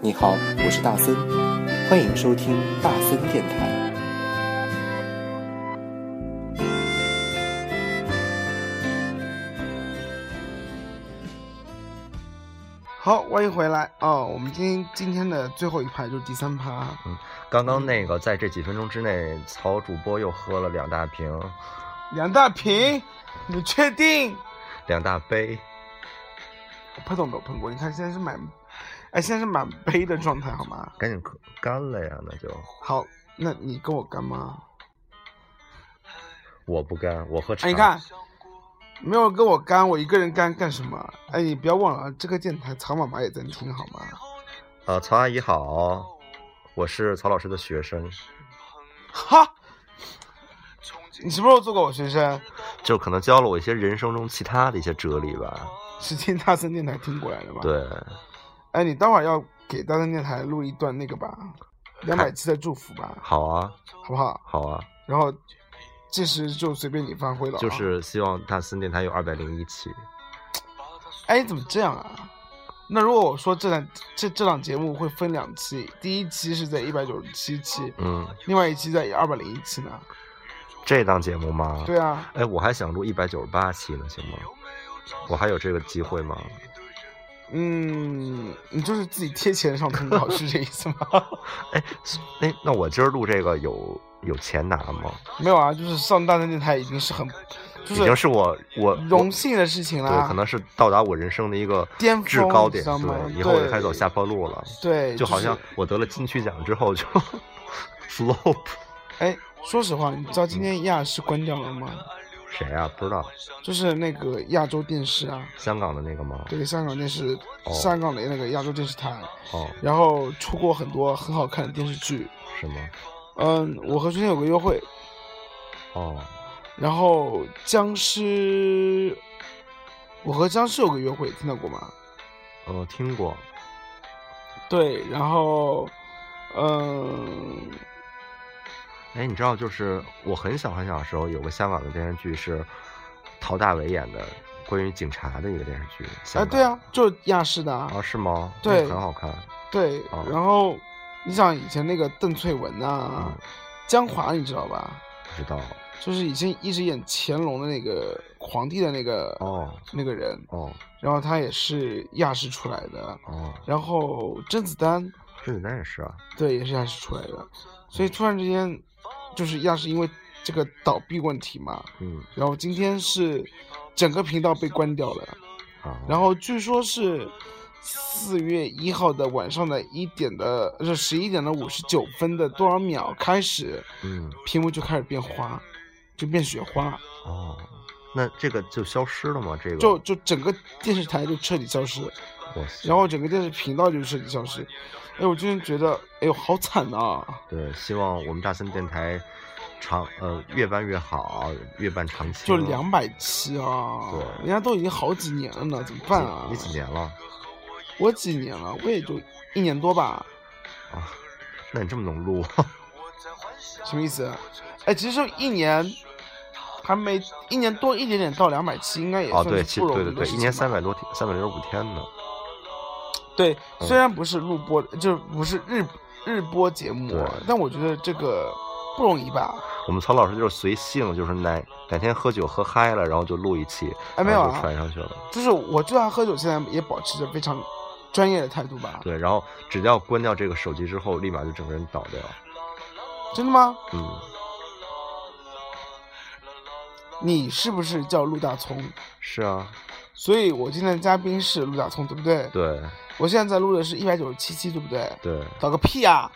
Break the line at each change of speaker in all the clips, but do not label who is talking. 你好，我是大森，欢迎收听大森电台。
好，欢迎回来啊、我们今天今天的最后一趴就是第三趴，
刚
嗯
刚那个在这几分钟之内，曹主播又喝了两大瓶、
两大瓶，你确定？
两大杯，
我碰都没有碰过，你看现在是满，哎，现在是满杯的状态，好吗？
赶紧喝干了呀！那就
好，那你跟我干嘛？
我不干，我喝茶。
哎，你看，没有人跟我干，我一个人干干什么？哎，你不要忘了，这个电台曹妈妈也在听，好吗？
呃，曹阿姨好，我是曹老师的学生，
哈，你什么时候做过我学生？
就可能教了我一些人生中其他的一些哲理吧。
是听大森电台听过来的吧？。
对，
哎，你待会儿要给大森电台录一段那个吧，两百期的祝福吧，
好啊，
好不好？
好啊，
然后这时就随便你发挥了、啊。
就是希望大森电台有二百零一期。
哎，你怎么这样啊？那如果我说这档这这档节目会分两期，第一期是在一百九十七期，
嗯，
另外一期在二百零一期呢？
啊这档节目吗？
对啊，
哎，我还想录一百九十八期呢，行吗？我还有这个机会吗？
嗯，你就是自己贴钱上通告是这意思吗？
哎，那那我今儿录这个有有钱拿吗？
没有啊，就是上大众电台已经是很，就
已经
是
是我我
荣幸的事情啊
我对，
啦。
可能是到达我人生的一个
巅峰
制高点
你知道，吗
以后我就
对
开始走下坡路了，
对，
就好像
是
我得了金曲奖之后就 flop，
哎，说实话，你知道今天亚视关掉了吗？
谁啊？不知道，
就是那个亚洲电视啊，
香港的那个吗？
对，香港电视，
哦
香港的那个亚洲电视台，
哦，
然后出过很多很好看的电视剧。
是吗？
嗯，我和春天有个约会，
哦，
然后僵尸，我和僵尸有个约会，听到过吗？
呃，听过，
对，然后，嗯，
哎，你知道，就是我很小很小的时候，有个香港的电视剧是陶大伟演的，关于警察的一个电视剧。
啊，
香港
对啊，，就是亚视的啊，
啊是吗？那
对
很好看。
对，
哦
然后你想以前那个邓萃雯啊
嗯，
江华你知道吧？
不知道
就是以前一直演乾隆的那个皇帝的那个
哦
那个人，
哦
然后他也是亚视出来的，
哦，
然后甄子丹
甄子丹也是啊。
对，也是亚视出来的，所以突然之间，就是亚视因为这个倒闭问题嘛，
嗯
然后今天是整个频道被关掉了，
啊。
然后据说是四月一号的晚上的一点的，是十一点的五十九分的多少秒开始，
嗯
屏幕就开始变花，就变雪花，
哦，那这个就消失了吗？这个
就就整个电视台就彻底消失，
哇塞
然后整个电视频道就彻底消失，哎，我真的觉得，哎呦，好惨啊！
对，希望我们大森电台长呃越办越好，越办长期。
就两百期啊！
对
人家都已经好几年了呢，怎么
几
办啊？
你几？年了
我几年了？我也就一年多吧。
啊？那你这么能录？
什么意思？哎，其实就一年，还没一年多一点点到两百期，应该也
哦，
算
对，
是
其
不
对
容
对
易的
对，
事
一
情吧
年三百多天，三百六十五天呢。
对，
嗯
虽然不是录播，就是不是日日播节目啊
对，
但我觉得这个不容易吧？
我们曹老师就是随性，就是哪哪天喝酒喝嗨了，然后就录一期，
哎没
然后
有啊
就传上去了。
就是我对他喝酒现在也保持着非常专业的态度吧？
对，然后只要关掉这个手机之后，立马就整个人倒掉。
真的吗？
嗯，
你是不是叫陆大聪？
是啊，
所以我今天的嘉宾是陆大聪，对不对？
对
我现在在录的是一百九十七期，对不对？
对，
搞个屁啊！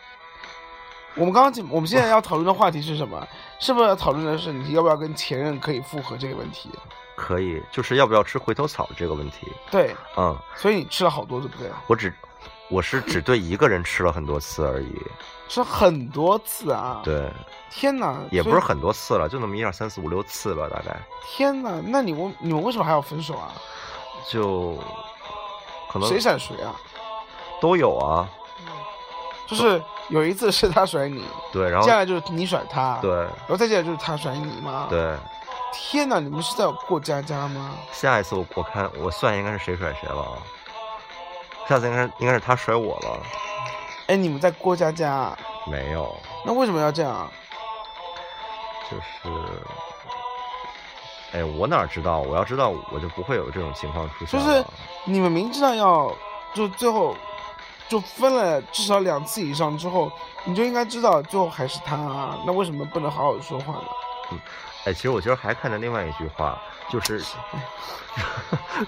我们刚刚讲我们现在要讨论的话题是 什么？是不是要讨论的是你要不要跟前任可以复合这个问题？
可以，就是要不要吃回头草这个问题。
对，
嗯，
所以你吃了好多，对不对？
我只我是只对一个人吃了很多次 而已，
吃了很多次啊！，
对，
天哪，
也
所
不
以
是很多次了，就那么一二三四五六次吧，大概
天哪。那你们你们为什么还要分手啊？
就可能
谁闪谁啊？
都有啊，
就是有一次是他甩你，
对，然
接
后
下来就是你甩他，，
对
然后再接下来就是他甩你嘛。，
对，
天哪，你们是在过家家吗？
下一次我我看我算应该是谁甩谁了啊，下次应该是应该是他甩我了，
哎，你们在过家家，
没有，
那为什么要这样？
就是，哎，我哪知道？我要知道，我就不会有这种情况出
就
现了。
是你们明知道要，就最后就分了至少两次以上之后，你就应该知道最后还是他、啊，那为什么不能好好说话呢？
哎，其实我今儿还看到另外一句话，就是，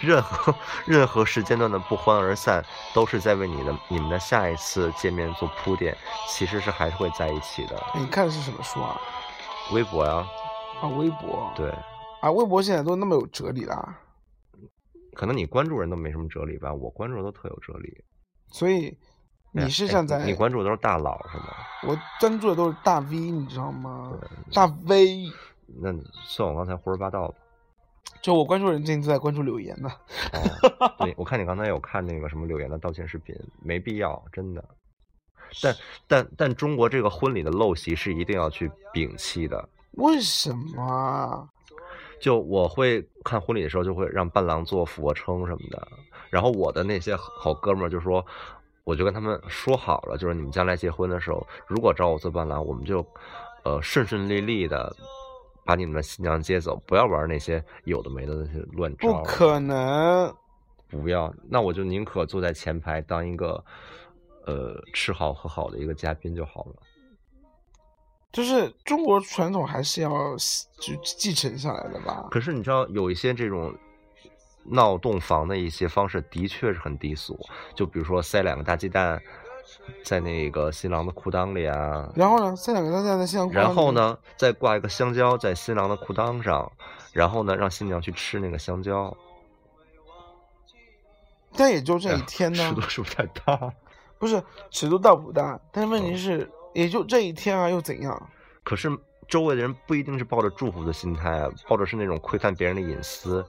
任何任何时间段的不欢而散，都是在为你的你们的下一次见面做铺垫，其实是还是会在一起的。
哎你看的是什么书啊？
微博呀、
啊，微博。
对，
啊，微博现在都那么有哲理啦，
可能你关注人都没什么哲理吧，我关注的都特有哲理。
所以
哎
你是
哎
站在、
你关注的都是大佬是吗？
我专注的都是大 V，你知道吗？大 V，
那你算我刚才胡说八道吧。
就我关注人最近都在关注留言呢。
哦，对，我看你刚才有看那个什么柳岩的道歉视频，没必要，真的。但但但中国这个婚礼的陋习是一定要去摒弃的。
为什么啊？
就我会看婚礼的时候，就会让伴郎做俯卧撑什么的。然后我的那些好哥们儿就说，我就跟他们说好了，就是你们将来结婚的时候，如果找我做伴郎，我们就，呃，顺顺利利的把你们的新娘接走，不要玩那些有的没的那些乱招。
不可能，
不要，那我就宁可坐在前排当一个，呃，吃好喝好的一个嘉宾就好了。
就是中国传统还是要就继承下来的吧？
可是你知道，有一些这种闹洞房的一些方式的确是很低俗，就比如说塞两个大鸡蛋在那个新郎的裤裆里啊，
然后呢，这两个大家在新郎
然后？呢再挂一个香蕉在新郎的裤裆上，然后呢让新娘去吃那个香蕉。
但也就这一天呢
哎尺，度是不是太大？
不是尺度大不大？但是问
嗯
题是，也就这一天啊，又怎样？
可是周围的人不一定是抱着祝福的心态啊，抱着是那种窥探别人的隐私，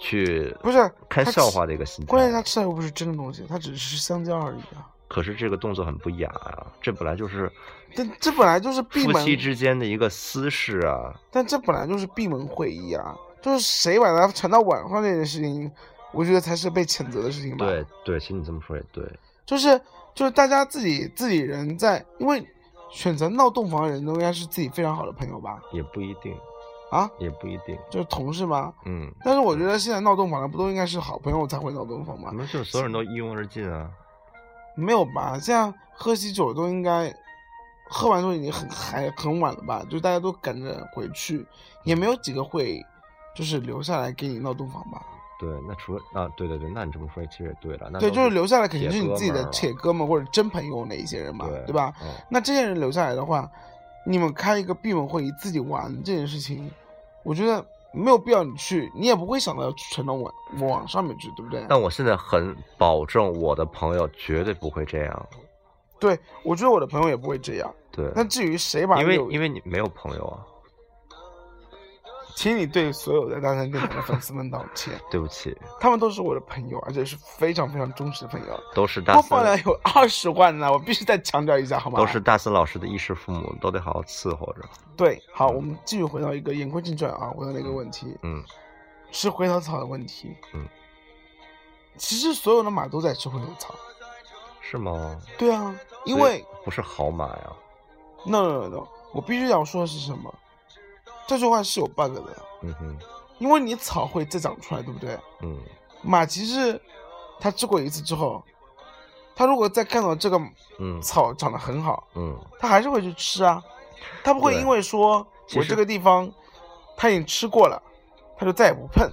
去
不是
看
他
笑
吃
话的一个哎心态。啊
关键他吃的又不是真的东西，他只是香蕉而已啊。
可是这个动作很不雅啊，这本来就是
但这本来就是闭
夫
门
妻之间的一个私事啊。
但这本来就是闭门会议啊，就是谁把它传到晚上这件事情，我觉得才是被谴责的事情吧。
对，对，其实你这么说也对，
就是就是大家自己自己人在，因为选择闹洞房的人都应该是自己非常好的朋友吧，
也不一定
啊，
也不一定，
就是同事嘛。
嗯，
但是我觉得现在闹洞房的不都应该是好朋友才会闹洞房吗
我？们就是所有人都一拥而进啊。
没有吧？现在喝喜酒都应该，喝完之后已经很嗨很晚了吧？就大家都赶着回去，也没有几个会就是留下来给你闹洞房吧？
对，那除了啊，对对对，那你这么说其实也对了，那
对，
都
就是留下来肯定
铁
是你
哥
自己
们儿
的
了
铁哥们或者真朋友那一些人嘛，
对
对吧？？
嗯
那这些人留下来的话，你们开一个闭门会议自己玩这件事情，我觉得没有必要你去，你也不会想到要去传到网网上面去，对不对？
但我现在很保证我的朋友绝对不会这样，
对，我觉得我的朋友也不会这样。
对，
那至于谁把
因为
柳
因为你没有朋友啊，
请你对所有的大三电台的粉丝们道歉，
对不起，
他们都是我的朋友，而且是非常非常忠实的朋友。
都是大
播放量
森，
有二十万呢，我必须再强调一下，好吗？
都是大森老师的衣食父母，都得好好伺候着，
对，好，我们继续回到一个言归正传啊，回到那个问题，
嗯。
吃回头草的问题。
嗯，
其实所有的马都在吃回头草。
是吗？
对啊，因
所以
为
不是好马呀，
no no no no，我必须要说的是什么？这句话是有 bug 的，
嗯哼，
因为你草会再长出来，对不对？
嗯，
马其实它吃过一次之后，它如果再看到这个
嗯
草长得很好，
嗯，
它还是会去吃啊，它不会
对
因为说
其
我
实
这个地方它已经吃过了，它就再也不碰，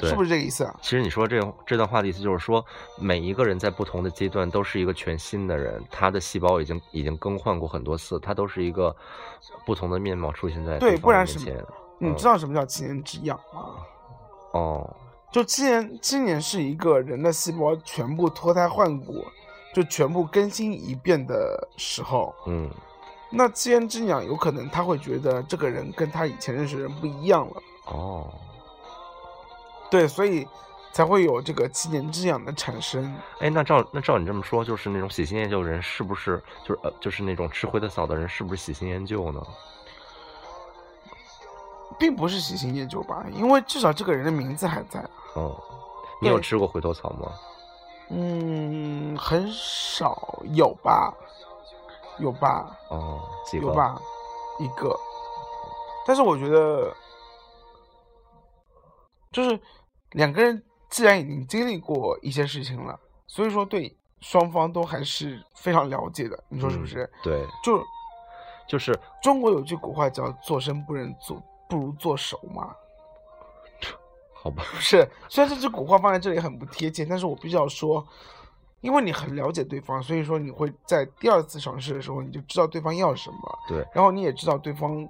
对
是不是这个意思啊？
其实你说这这段话的意思就是说，每一个人在不同的阶段都是一个全新的人，他的细胞已经已经更换过很多次，他都是一个不同的面貌出现在
对
对方
不然
的面
什么
前。
你
嗯
知道什么叫七年之痒吗？
哦，
就七年，七年是一个人的细胞全部脱胎换骨，就全部更新一遍的时候。
嗯，
那七年之痒有可能他会觉得这个人跟他以前认识的人不一样了，
哦，
对，所以才会有这个七年之痒的产生。
哎，那照那照你这么说，就是那种喜新厌旧的人，是不是就是呃就是那种吃回头草的人，是不是喜新厌旧呢？
并不是喜新厌旧吧，因为至少这个人的名字还在。啊
嗯，你有
对
吃过回头草吗？
嗯，很少有吧，有吧，
哦，几
有
个？
吧，一个。但是我觉得，就是两个人既然已经经历过一些事情了，所以说对双方都还是非常了解的，你说是不
嗯
是？
对，
就
就是
中国有句古话叫“做生不忍做，不如做熟”嘛，
好吧，
不是？虽然这句古话放在这里很不贴切，但是我必须要说，因为你很了解对方，所以说你会在第二次尝试的时候，你就知道对方要什么，
对
然后你也知道对方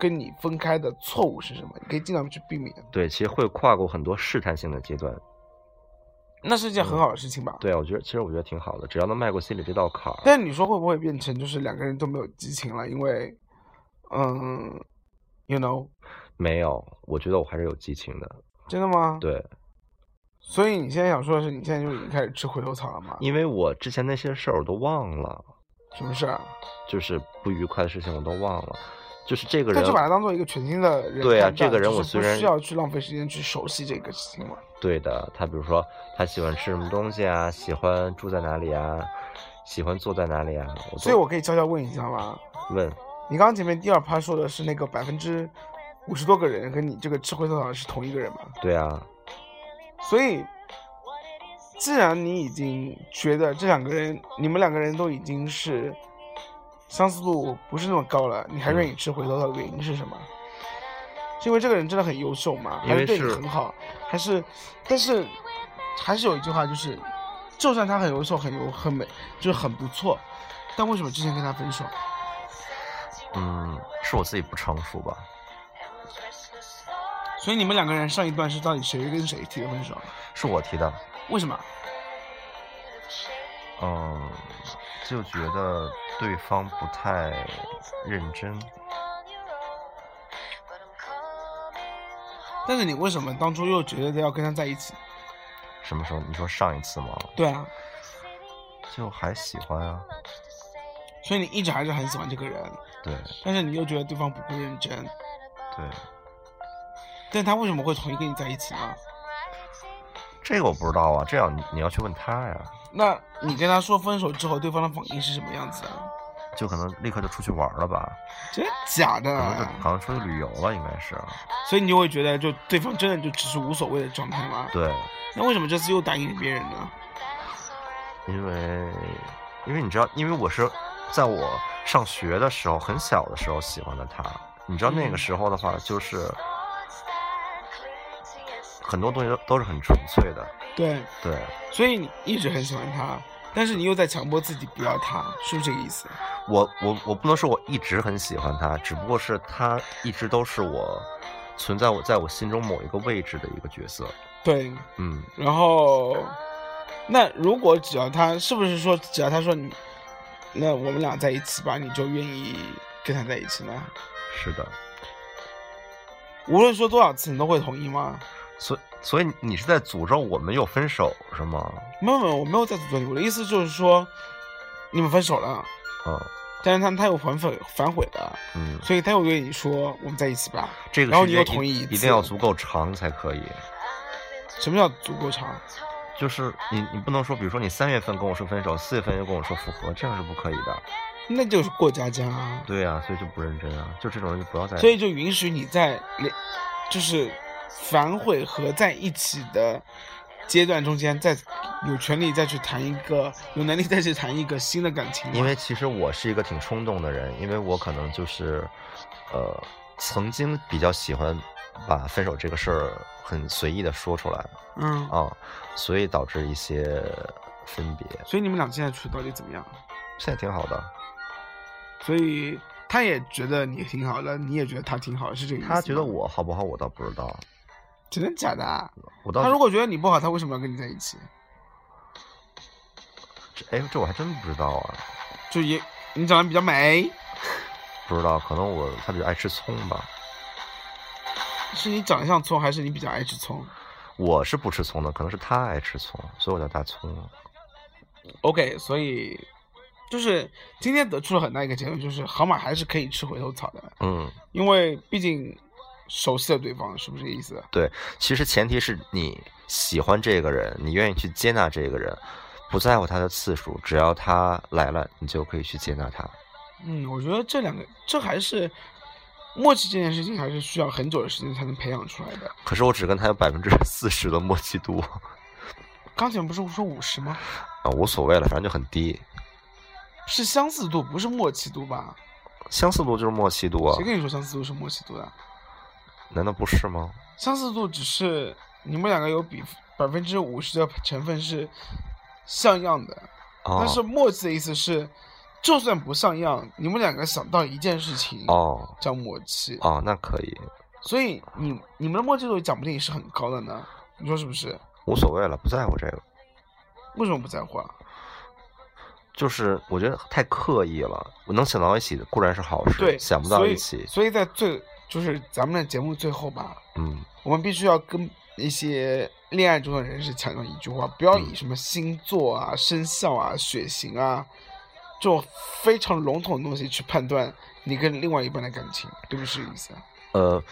跟你分开的错误是什么，你可以尽量去避免，
对，其实会跨过很多试探性的阶段。
那是一件很好的事情吧？
对啊，我觉得其实我觉得挺好的，只要能迈过心里这道 坎儿，
但你说会不会变成就是两个人都没有激情了？因为，嗯，you know，
没有，我觉得我还是有激情的。
真的吗？。
对，
所以你现在想说的是，你现在就已经开始吃回头草了吗？
因为我之前那些事儿我都忘了，
什么事儿？啊
就是不愉快的事情我都忘了，就是这个
那
人
就把他当做一个全新的人
对啊
看待
这个人
就是
我虽然
不需要去浪费时间去熟悉这个事情嘛。
对的，他比如说他喜欢吃什么东西啊，喜欢住在哪里啊，喜欢坐在哪里啊，我
所以
都
我可以悄悄问一下吗？
问。
你刚刚前面第二趴说的是那个百分之五十多个人跟你这个吃回头草是同一个人吗？
对啊，
所以，既然你已经觉得这两个人，你们两个人都已经是相似度不是那么高了，你还愿
嗯
意吃回头草的原因是什么？是因为这个人真的很优秀吗？
因
还是
为
对你
是
很好？还是，但是还是有一句话就是，就算他很优秀、很优、很美，就是很不错，但为什么之前跟他分手？
嗯，是我自己不成熟吧？
所以你们两个人上一段是到底谁跟谁提的分手？啊
是我提的。
为什么？
嗯，就觉得对方不太认真。
但是你为什么当初又觉得要跟他在一起？
什么时候？你说上一次吗？
对啊，
就还喜欢啊。
所以你一直还是很喜欢这个人，
对
但是你又觉得对方不够认真，
对，
但他为什么会同意跟你在一起呢？
这个我不知道啊，这样你你要去问他呀。
那你跟他说分手之后，对方的反应是什么样子的？
就可能立刻就出去玩了吧，
真的假
可能就
的？
好像出去旅游了，应该是。
所以你就会觉得，就对方真的就只是无所谓的状态吗？
对，
那为什么这次又答应别人呢？
因为因为你知道，因为我是在我上学的时候，很小的时候喜欢的他。你知道那个
嗯
时候的话，就是很多东西都都是很纯粹的。
对，
对，
所以你一直很喜欢他，但是你又在强迫自己不要他，是不是这个意思？
我我我不能说我一直很喜欢他，只不过是他一直都是我存在我在我心中某一个位置的一个角色。
对，
嗯，
然后，那如果只要他是不是说只要他说你，那我们俩在一起吧，你就愿意跟他在一起呢？
是的。
无论说多少次，你都会同意吗？
所以所以你是在诅咒我们又分手是吗？
没有没有，我没有在诅咒你，我的意思就是说，你们分手了，
嗯
但是他他又反悔反悔了，
嗯，
所以他又跟你说我们在一起吧。
这个
然后
时
你又
间一
同意一
一
次
定要足够长才可以。
什么叫足够长？
就是你你不能说，比如说你三月份跟我说分手，四月份又跟我说复合，这样是不可以的。
那就是过家家啊，
对啊，所以就不认真啊，就这种人就不要再。
所以就允许你在连就是反悔和在一起的阶段中间，再有权利再去谈一个，有能力再去谈一个新的感情吗。
因为其实我是一个挺冲动的人，因为我可能就是，呃，曾经比较喜欢把分手这个事儿很随意的说出来
嗯，
啊，所以导致一些分别。
所以你们俩现在处得到底怎么样？
现在挺好的，
所以他也觉得你挺好的，你也觉得他挺好的，是这个意思吗。
他觉得我好不好，我倒不知道。
真的假的啊？
我倒
他
是
如果觉得你不好，他为什么要跟你在一起？
这哎，这我还真不知道啊，
就也你长得比较美，
不知道，可能我他比较爱吃葱吧。
是你长得像葱，还是你比较爱吃葱
我是不吃葱的，可能是他爱吃葱，所以我叫大葱。啊
？OK，所以就是今天得出了很大一个结论，就是河马还是可以吃回头草的，
嗯，
因为毕竟熟悉了对方，是不是这个意思？
对，其实前提是你喜欢这个人，你愿意去接纳这个人，不在乎他的次数，只要他来了，你就可以去接纳他。
嗯，我觉得这两个，这还是默契这件事情，还是需要很久的时间才能培养出来的。
可是我只跟他有百分之四十的默契度，
刚才不是说五十吗？
啊，无所谓了，反正就很低。
是相似度，不是默契度吧？
相似度就是默契度啊
谁，跟你说相似度是默契度的？
难道不是吗？
相似度只是你们两个有比百分之五十的成分是像样的，
哦
但是默契的意思是，就算不像样，你们两个想到一件事情
哦
叫默契，
哦，那可以，
所以你你们的默契度讲不定也是很高的呢，你说是不是？
无所谓了，不在乎这个。
为什么不在乎啊？
就是我觉得太刻意了，我能想到一起固然是好事，
对，
想不到
所
一
以
起，
所以在最就是咱们的节目最后吧，
嗯，
我们必须要跟一些恋爱中的人士强调一句话，不要以什么星座啊、生肖啊、血型啊这种非常笼统的东西去判断你跟另外一半的感情，对不起意思啊。
呃，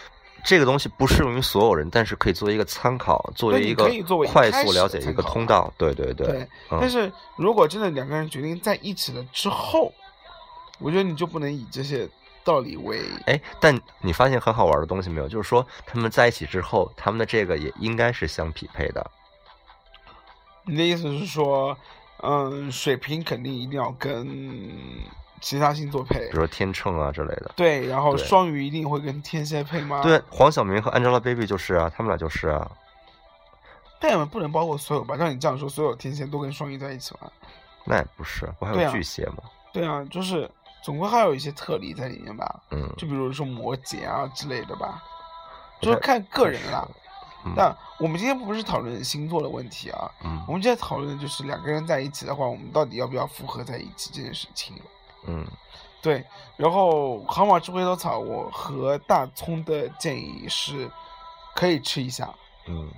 这个东西不适用于所有人，但是可以作为一个参考，作为
对
一
你
个
可以作为一
快
开
速
始
了
的
解一
参
个
考
通
啊
道，对对对，嗯
但是如果真的两个人决定在一起了之后，我觉得你就不能以这些道理为
哎，但你发现很好玩的东西没有？就是说他们在一起之后，他们的这个也应该是相匹配的。
你的意思是说，嗯，水瓶肯定一定要跟其他星座配
比如，说天秤啊之类的。
对，然后
对
双鱼一定会跟天蝎配吗？
对，黄晓明和 Angelababy 就是啊，他们俩就是啊，
但也不能包括所有吧？像你这样说，所有天蝎都跟双鱼在一起玩，
那也不是，不还
对
有
啊
巨蟹吗？
对啊，就是总归还有一些特例在里面吧，
嗯，
就比如说摩羯啊之类的吧，
不
就是
太
看个人啦。
嗯
那我们今天不是讨论星座的问题啊，
嗯
我们今天讨论的就是两个人在一起的话，我们到底要不要复合在一起这件事情。
嗯，
对，然后蛤蟆吃回头草，我和大葱的建议是，可以吃一下。
嗯，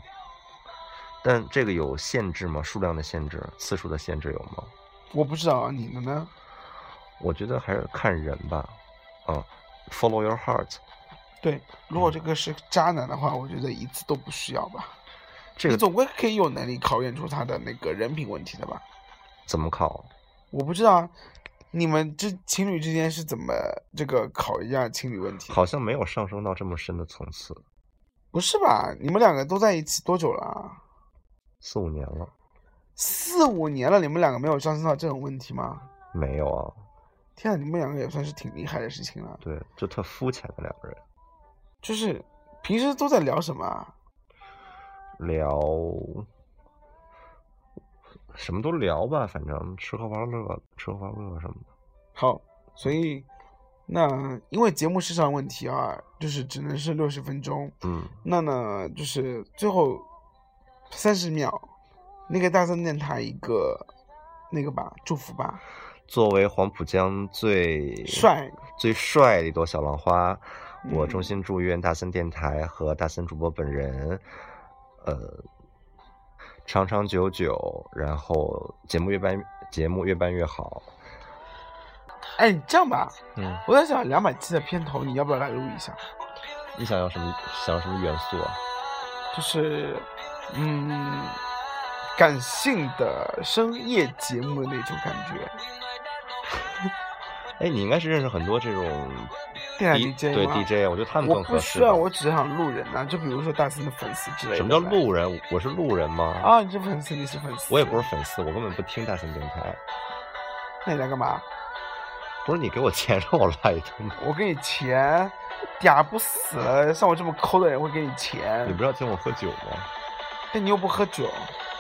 但这个有限制吗？数量的限制，次数的限制有吗？
我不知道啊，你们呢？
我觉得还是看人吧。啊，Follow your heart，
对，如果这个是渣男的话，我觉得一次都不需要吧。
这
你
个
总归可以有能力考验出他的那个人品问题的吧？
怎么考？
我不知道啊，你们这情侣之间是怎么这个考验情侣问题？
好像没有上升到这么深的层次，
不是吧？你们两个都在一起多久了啊？
四五年了，
四五年了，你们两个没有上升到这种问题吗？
没有啊。
天啊，你们两个也算是挺厉害的事情了。
对，就特肤浅的两个人
就是平时都在聊什么啊？
聊，什么都聊吧，反正吃喝玩乐，吃喝玩乐什么的。
好，所以那因为节目时长问题啊，就是只能是六十分钟。
嗯，
那呢，就是最后三十秒，那个大三念他一个那个吧，祝福吧，
作为黄浦江最
帅，
最帅的一朵小浪花，我衷
嗯
心祝愿大森电台和大森主播本人，呃，长长久久，然后节目越办节目越办越好。
哎，你这样吧，
嗯，
我在想两百期的片头，你要不要来录一下？
你想要什么？想要什么元素啊？
就是，嗯，感性的深夜节目的那种感觉，
哎，你应该是认识很多这种
电台
D-
DJ
对
吗
DJ，我觉得他们
我
更
不
合
需
适
要，
吧。
我只是想路人呐、啊就比如说大森的粉丝之类的。
什么叫路人？我是路人吗？，
啊？你是粉丝，你是粉丝。
我也不是。粉丝，我根本不听大森电台。
那你来干嘛？
不是你给我钱让我来的吗？
我给你钱，嗲不死了。像我这么抠的人会给你
你
钱
不，是要请我喝酒吗？
但哎你又不喝酒。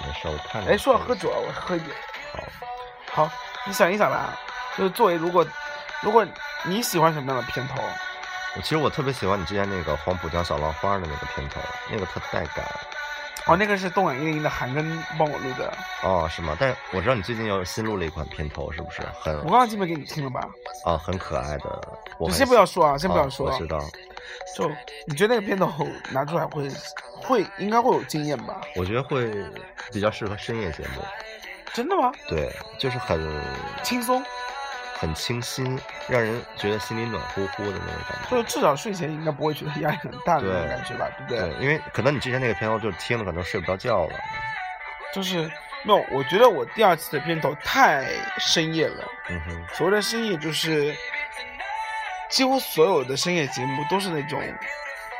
没事，我看。
哎，说到喝酒，啊，我喝一点。
嗯好，
好，你想一想啦，就是作为如果如果你喜欢什么样的片头，
我其实我特别喜欢你之前那个黄浦江小浪花的那个片头，那个特带感。
哦，那个是动感一零的韩庚帮我录的，
哦，是吗？但是我知道你最近又新录了一款片头，是不是很
我刚刚基本给你听了吧？
啊很可爱的？嗯我
就
很
先不
喜
要说啊，先不
啊
要说啊
我知，道，
就你觉得那个片头拿出来会会应该会有经验吧？
我觉得会比较适合深夜节目。
真的吗？
对，就是很
轻松，
很清新，让人觉得心里暖乎乎的那种感
就
觉。
至少睡前应该不会觉得压力很大的那种
对
感觉吧，对不
对，因为可能你之前那个片头就听了，可能睡不着觉了。
就是没有，我觉得我第二次的片头太深夜了。
嗯哼，
所谓的深夜，就是几乎所有的深夜节目都是那种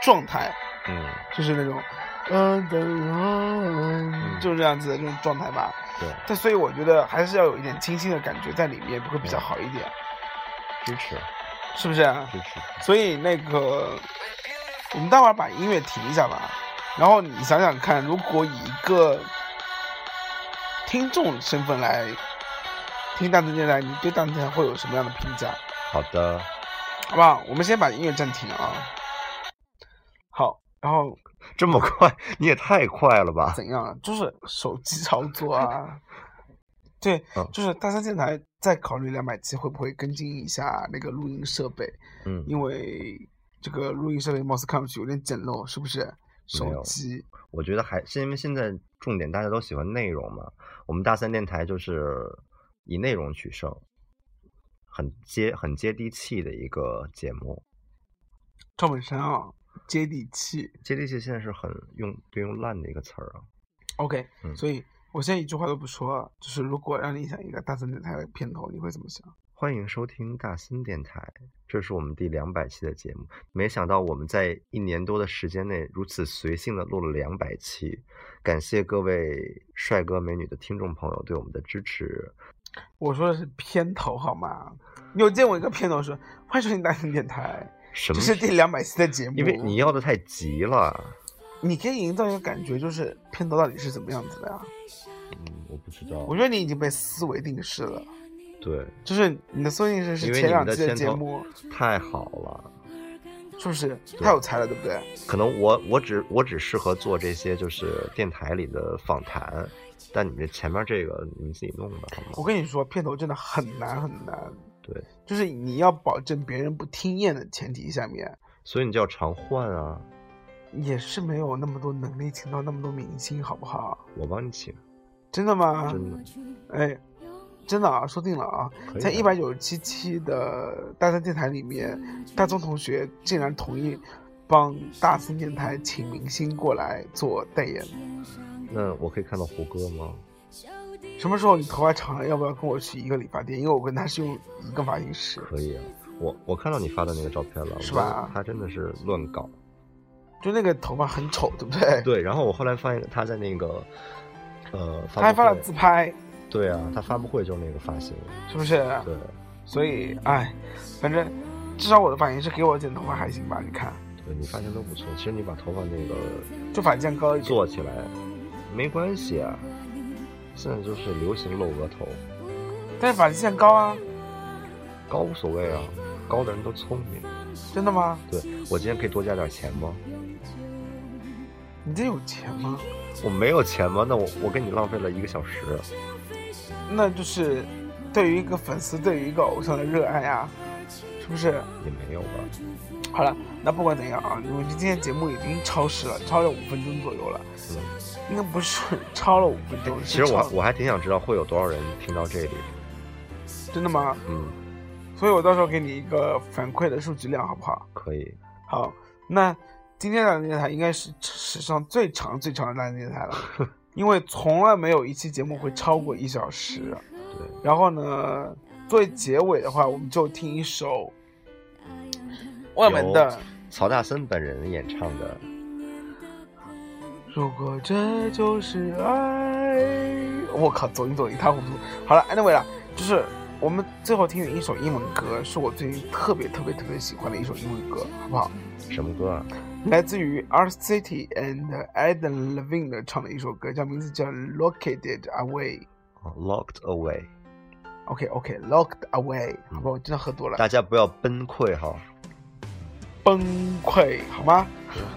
状态，
嗯，
就是那种，嗯嗯，就是这样子的这种状态吧。
对，
但所以我觉得还是要有一点清新的感觉在里面，会比较好一点，
支持
是不是、啊？
支持，
所以那个，我们待会儿把音乐停一下吧。然后你想想看，如果以一个听众身份来听大众电台，你对大众电台会有什么样的评价？
好的，
好不好？我们先把音乐暂停啊。好，然后
这么快，你也太快了吧？
怎样啊？就是手机操作啊。对
嗯，
就是大三电台在考虑两百期会不会跟进一下那个录音设备，
嗯，
因为这个录音设备貌似看上去有点简陋，是不是？
没
手
有
机
我觉得还是因为现在重点大家都喜欢内容嘛，我们大三电台就是以内容取胜，很接很接地气的一个节目。
赵本山啊，接地气。
接地气现在是很用对用烂的一个词儿啊。
OK，、
嗯
所以我现在一句话都不说了，就是如果让你想一个大三电台的片头，你会怎么想？
欢迎收听大新电台，这是我们第两百期的节目。没想到我们在一年多的时间内如此随性的录了两百期，感谢各位帅哥美女的听众朋友对我们的支持。
我说的是片头好吗？你有见过一个片头说“欢迎收听大型电台”，
什
这
么？
是第两百期的节目？
因为你要的太急了。
你可以营造一个感觉，就是片头到底是怎么样子的呀？
嗯，我不知道
我觉得你已经被思维定式了，
对，
就是你的思维定式是
因为
前
你
两
们
期
的片
节
头
目，
太好了。
是不是太有才了，对不对？
可能我我只我只适合做这些就是电台里的访谈，但你们这前面这个你们自己弄吧，好吗？
我跟你说，片头真的很难很难，
对，
就是你要保证别人不听厌的前提下面，
所以你就要常换啊，
也是没有那么多能力请到那么多明星，好不好？
我帮你请，
真的吗？
真的
哎，真的啊，说定了啊，
可以
在
的
一百九十七期的大三电台里面，大宗同学竟然同意帮大三电台请明星过来做代言。
那我可以看到胡歌吗？
什么时候你头发长了，要不要跟我去一个理发店？因为我跟他是用一个发型师，
可以啊，我我看到你发的那个照片了，
是
我觉得
吧
他真的是乱搞。
就那个头发很丑，对不对？
对，然后我后来发现他在那个呃
他还
发布
发了
会
自，拍，
对啊，他发布会就是那个发型，
是不是？
对，
所以，哎，反正至少我的发型师给我剪头发还行吧？你看，
对你发型都不错。其实你把头发那个
就发际线高一点。
做起来没关系啊，现在就是流行露额头。
但是发际线高啊，
高无所谓啊，高的人都聪明。
真的吗？
对我今天可以多加点钱吗？
你这有钱吗？
我没有钱吗？那我我跟你浪费了一个小时，
那就是对于一个粉丝，对于一个偶像的热爱啊，是不是？
也没有吧？
好了，那不管怎样啊，我们今天节目已经超时了，超了五分钟左右了，
嗯，
应该不是超了五分钟，
其实
是
我
超
我还挺想知道会有多少人听到这里。
真的吗？
嗯，
所以我到时候给你一个反馈的数据量，好不好？
可以，
好，那今天的电台应该是史上最长最长的大电台了，因为从来没有一期节目会超过一小时。
对，
然后呢，作为结尾的话，我们就听一首外文的。
曹大森本人演唱的，
如果这就是爱，我靠，走音走得一塌糊涂。好了，anyway 了，就是我们最后听的一首英文歌，是我最近特别特别特别喜欢的一首英文歌，好不好？
什么歌啊？
来自于 R City and Adam Levine 的唱的一首歌，叫名字叫《Located Away》。
哦 Locked Away。
OK OK，Locked Away，好吧，我真的喝多了，
大家不要崩溃哈。
崩溃，好吗？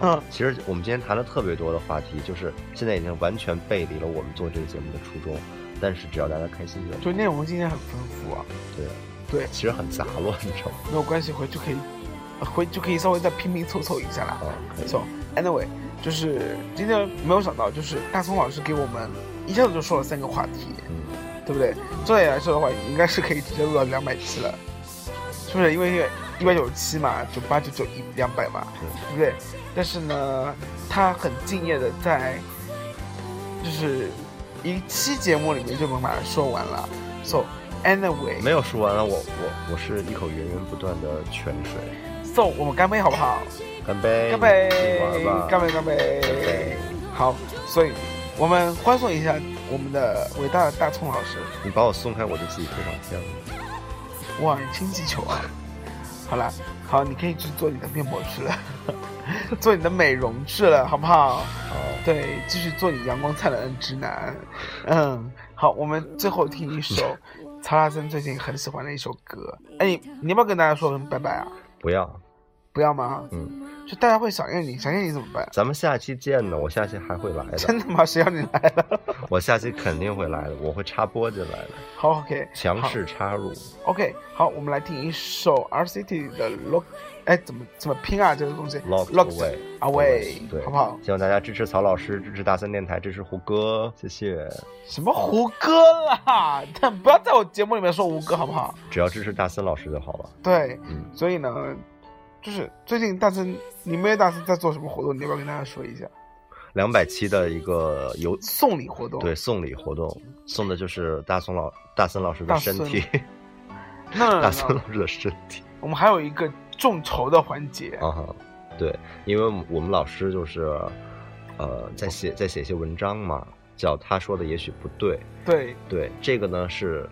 嗯，
其实我们今天谈了特别多的话题，就是现在已经完全背离了我们做这个节目的初衷。但是只要大家开心就好。
就内容今天很丰富啊，
对，
对，
其实很杂乱，你知道吗？
没有关系，回去可以，呃回去可以稍微再拼拼凑凑一下啦。
啊，可以。
So anyway，就是今天没有想到，就是大聪老师给我们一下子就说了三个话题，
嗯。
对不对？这样来说的话，应该是可以直接录到两百期了，是不是？因为一百九十七嘛，九八九九一两百嘛，对不对？但是呢，他很敬业的在，就是一期节目里面就能把它说完了。So anyway，
没有说完啊，我我我是一口源源不断的泉水，
so 我们干杯好不好？
干杯，
干杯
哎你玩吧，，
干杯，干
干
杯
杯！
好，所以我们欢送一下我们的伟大的大葱老师。
你把我松开，我就自己推上天了。
哇，你氢气球啊！ 好啦，好，你可以去做你的面膜去了， 做你的美容去了，好不好？
好，
对，继续做你阳光灿烂的直男。嗯，好，我们最后听一首曹拉森最近很喜欢的一首歌。哎，你你要不要跟大家说声拜拜啊？
不要，
不要吗？
嗯，
就大家会想念你，想念你怎么办？
咱们下期见呢，我下期还会来的，
真的吗？谁让你来了？
我下期肯定会来的，我会插播进来的，
好，OK，
强
好
势插入。
OK，好，我们来听一首 RCT 的 Look，哎，怎么怎么拼啊？这个东西
Locked
Locked
away，
Away，
对，
好不好？
希望大家支持曹老师，支持大森电台，支持胡歌，谢谢。
什么胡歌啦？ 但不要在我节目里面说胡歌，好不好？
只要支持大森老师就好了。
对，
嗯，
所以呢，就是最近大森，你妹大森在做什么活动？你要不要跟大家说一下？
两百期的一个有
送礼活动。
对，送礼活动，送的就是大松老大森老师
大
的身体，
那
大森老师的身体
我们还有一个众筹的环节。
啊哈，对，因为我们老师就是呃在写在写一些文章嘛，叫他说的也许不对，
对，
对，这个呢是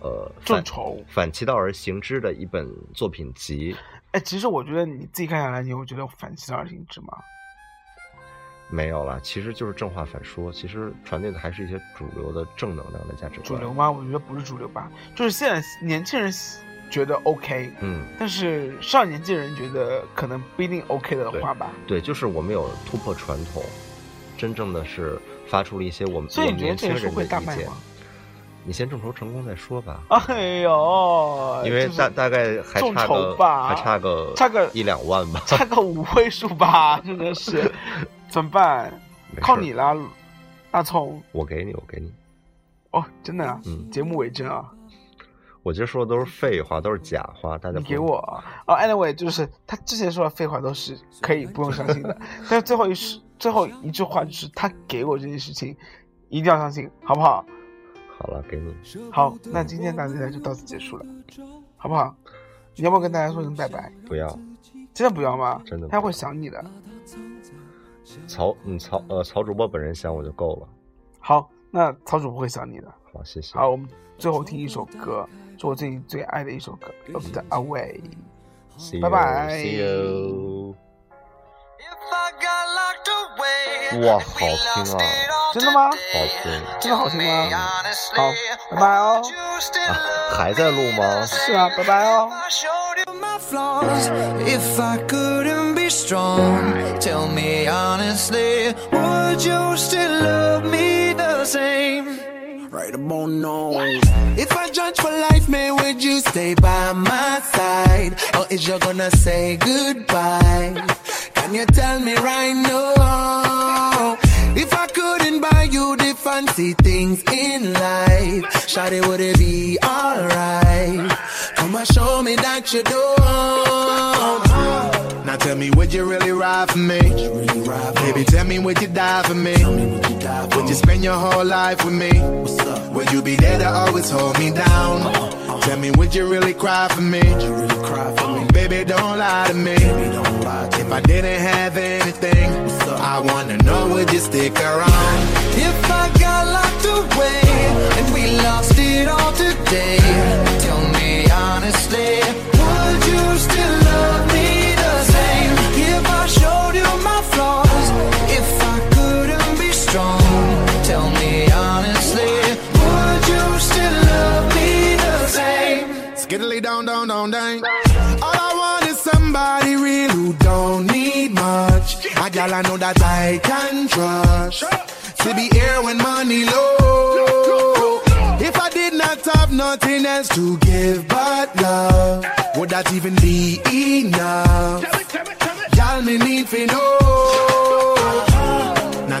呃
众
反
筹。
反其道而行之的一本作品集，
哎，其实我觉得你自己看下来，你会觉得反其道而行之吗？
没有啦，其实就是正话反说，其实传递的还是一些主流的正能量的价值观，
主流吗？我觉得不是主流吧，就是现在年轻人觉得 OK，
嗯。
但是上年纪人觉得可能不一定 OK 的话吧。
对，就是我们有突破传统，真正的是发出了一些我们
所以
我
你
们
觉得这
年轻
本书
人的
会大
意
卖
见
吗。？
你先众筹成功再说吧，
哎呦，
因为
就是
大大概还
众
差
筹
个
吧
还差个
差个
一两万吧，
差个五位数吧，真的 是，怎么办？
没
靠
事儿
你，啦，大葱
我给你，我给你，
哦，真的、啊，
嗯，
节目为真啊，
我觉得说的都是废话，都是假话，大家
你
不
给
用
我啊、哦、，anyway，就是他之前说的废话都是可以不用相信的，但是最后一是最后一句话就是他给我这件事情，一定要相信，好不好？
好了，给你，
好，那今天大家就到此结束了，好不好？你要不要跟大家说声拜拜？
不要
真的不要吗？
真的不
他会
要
想你的。
曹，嗯曹呃曹主播本人想我就够了，
好，那曹主播会想你的。
好谢谢，
好，我们最后听一首歌，是我最近最爱的一首歌《Look Away》。
See
拜
you，
拜
See you，
If I got locked away,
哇，
if
好
we
听
lost
啊，
it all
真的吗
today,
好啊听，
真的好听
me
吗？
honestly,
好，拜拜哦
would。you still
啊
love
还在录吗？
是啊，拜拜哦
if。I showed you my
flaws if I couldn't be strong. Tell me honestly, would you still love me the same? Right about now. If I judge for life, man, would you stay by my side? Or is you gonna say goodbye? Can you tell me right now? If I couldn't buy you the fancy things in life, Shawty, would it be alright? Come and show me that you don't.
Now tell me, would you really ride for me? Baby, tell me, would you die for me? Would you spend your whole life with me? Would you be there to always hold me down?
Uh,
Tell me, would you really cry for me? Baby, don't lie to me. If I didn't have anything, I wanna know, would you stick around?
If I got locked away and we lost it all today, tell me honestly, would you still love me the same? If I showed you my flaws, if I couldn't be strong, tell me honestly, would you still love me the same?
Skiddly down, down, down, down. All I want is somebody real who don't need much. A gal I know that I can trust to be here when money low. If I did not have nothing else to give but love, would that even be enough? Y'all me need to know. Now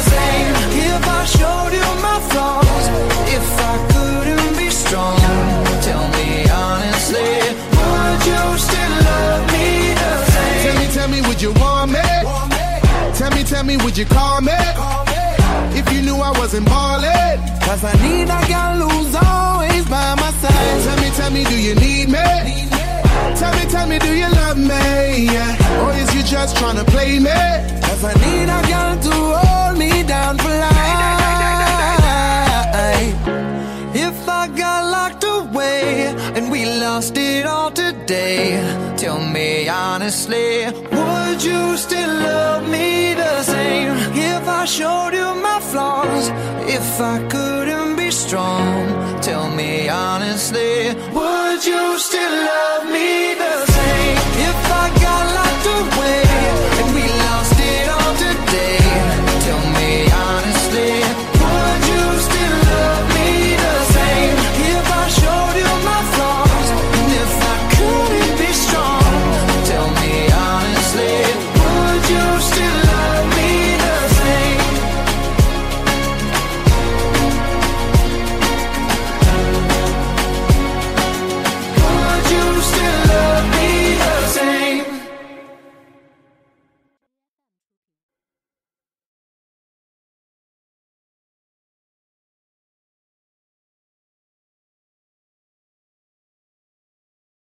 same? If I showed you my flaws, if I couldn't be strong, tell me honestly, would you still love me the same?
Tell me, tell me, would you want me? Tell me, tell me, would you call me? If you knew I wasn't ballin'.
Cause I need, I got lose always by my side.
Tell me, tell me, do you need me? Tell me, tell me, do you love me? Yeah. Or is you just tryna play me?
Cause I need a girl to hold me down for life. If I got locked away and we lost it all today, tell me honestly, would you still love me the same? If I showed you my flaws, if I couldn't be strong, tell me honestly, would you still love me the